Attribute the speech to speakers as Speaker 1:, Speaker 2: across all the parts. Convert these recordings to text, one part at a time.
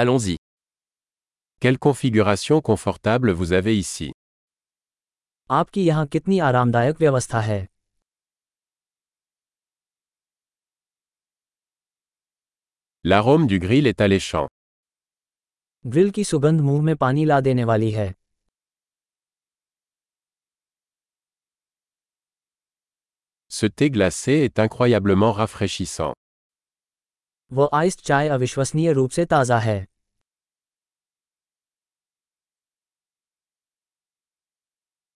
Speaker 1: Allons-y.
Speaker 2: Quelle configuration confortable vous avez ici.
Speaker 3: आपकी यहाँ कितनी आरामदायक व्यवस्था है
Speaker 2: L'arôme du grill est alléchant.
Speaker 3: ग्रिल की सुगंध मुंह में पानी ला देने वाली है
Speaker 2: Ce thé glacé est incroyablement rafraîchissant.
Speaker 3: वो आइस्ड चाय अविश्वसनीय रूप से ताज़ा है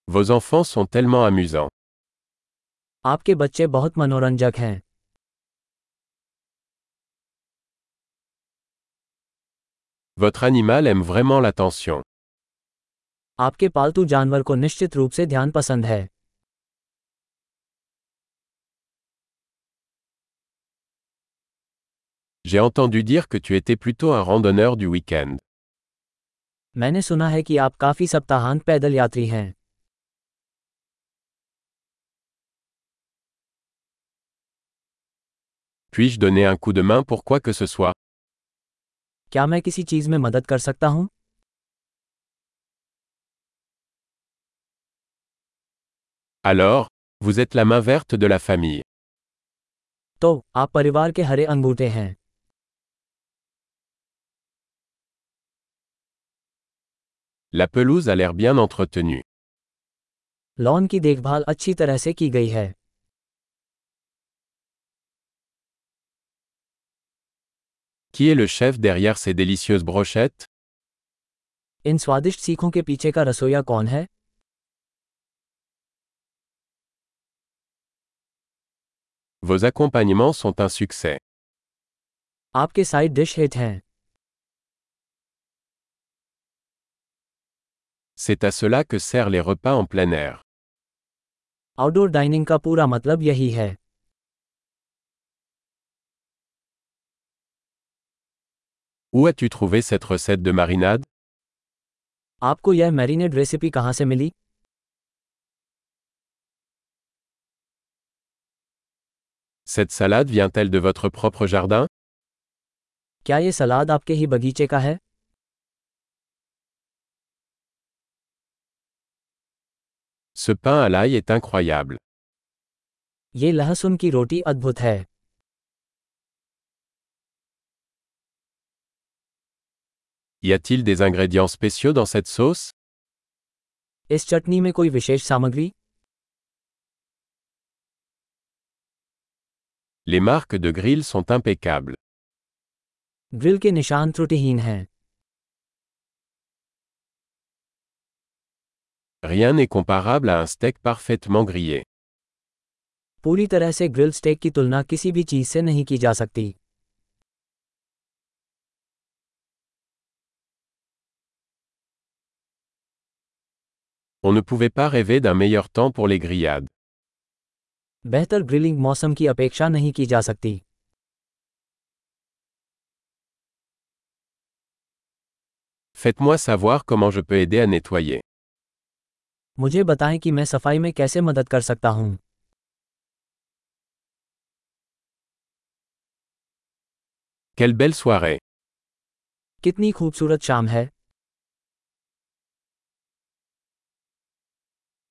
Speaker 2: Vos enfants sont tellement amusants.
Speaker 3: आपके बच्चे बहुत मनोरंजक हैं
Speaker 2: Votre animal aime vraiment l'attention.
Speaker 3: आपके पालतू जानवर को निश्चित रूप से ध्यान पसंद है
Speaker 2: J'ai entendu dire que tu étais plutôt un randonneur du week-end.
Speaker 3: मैंने सुना है कि आप काफ़ी सप्ताहांत पैदल यात्री हैं
Speaker 2: Puis-je donner un coup de main pour quoi que ce soit
Speaker 3: क्या मैं किसी चीज़ में मदद कर सकता हूँ
Speaker 2: Alors, vous êtes la main verte de la famille.
Speaker 3: तो आप परिवार के हरे अंगूठे हैं
Speaker 2: La pelouse a l'air bien entretenue.
Speaker 3: लॉन की देखभाल अच्छी तरह से की गई है
Speaker 2: Qui est le chef derrière ces délicieuses brochettes
Speaker 3: इन स्वादिष्ट सीखों के पीछे का रसोईया कौन है
Speaker 2: Vos accompagnements sont un succès.
Speaker 3: आपके साइड डिश हिट हैं
Speaker 2: C'est à cela que servent les repas en plein air.
Speaker 3: आउटडोर डाइनिंग का पूरा मतलब यही है
Speaker 2: Où as-tu trouvé cette recette de marinade
Speaker 3: आपको यह मैरिनेड रेसिपी कहाँ से मिली
Speaker 2: Cette salade vient-elle de votre propre jardin
Speaker 3: क्या ये सलाद आपके ही बगीचे का है
Speaker 2: Ce pain à l'ail est incroyable.
Speaker 3: ये लहसुन की रोटी अद्भुत है
Speaker 2: Y a-t-il des ingrédients spéciaux dans cette sauce
Speaker 3: इस चटनी में कोई विशेष सामग्री
Speaker 2: Les marques de grill sont impeccables.
Speaker 3: ग्रिल के निशान त्रुटिहीन हैं
Speaker 2: Rien n'est comparable à un steak parfaitement grillé.
Speaker 3: पूरी तरह से ग्रिल स्टेक की तुलना किसी भी चीज़ से नहीं की जा सकती
Speaker 2: On ne pouvait pas rêver d'un meilleur temps pour les grillades.
Speaker 3: बेहतर ग्रिलिंग मौसम की अपेक्षा नहीं की जा सकती
Speaker 2: Faites-moi savoir comment je peux aider à nettoyer.
Speaker 3: मुझे बताएं कि मैं सफाई में कैसे मदद कर सकता हूँ
Speaker 2: Quelle belle soirée
Speaker 3: कितनी खूबसूरत शाम है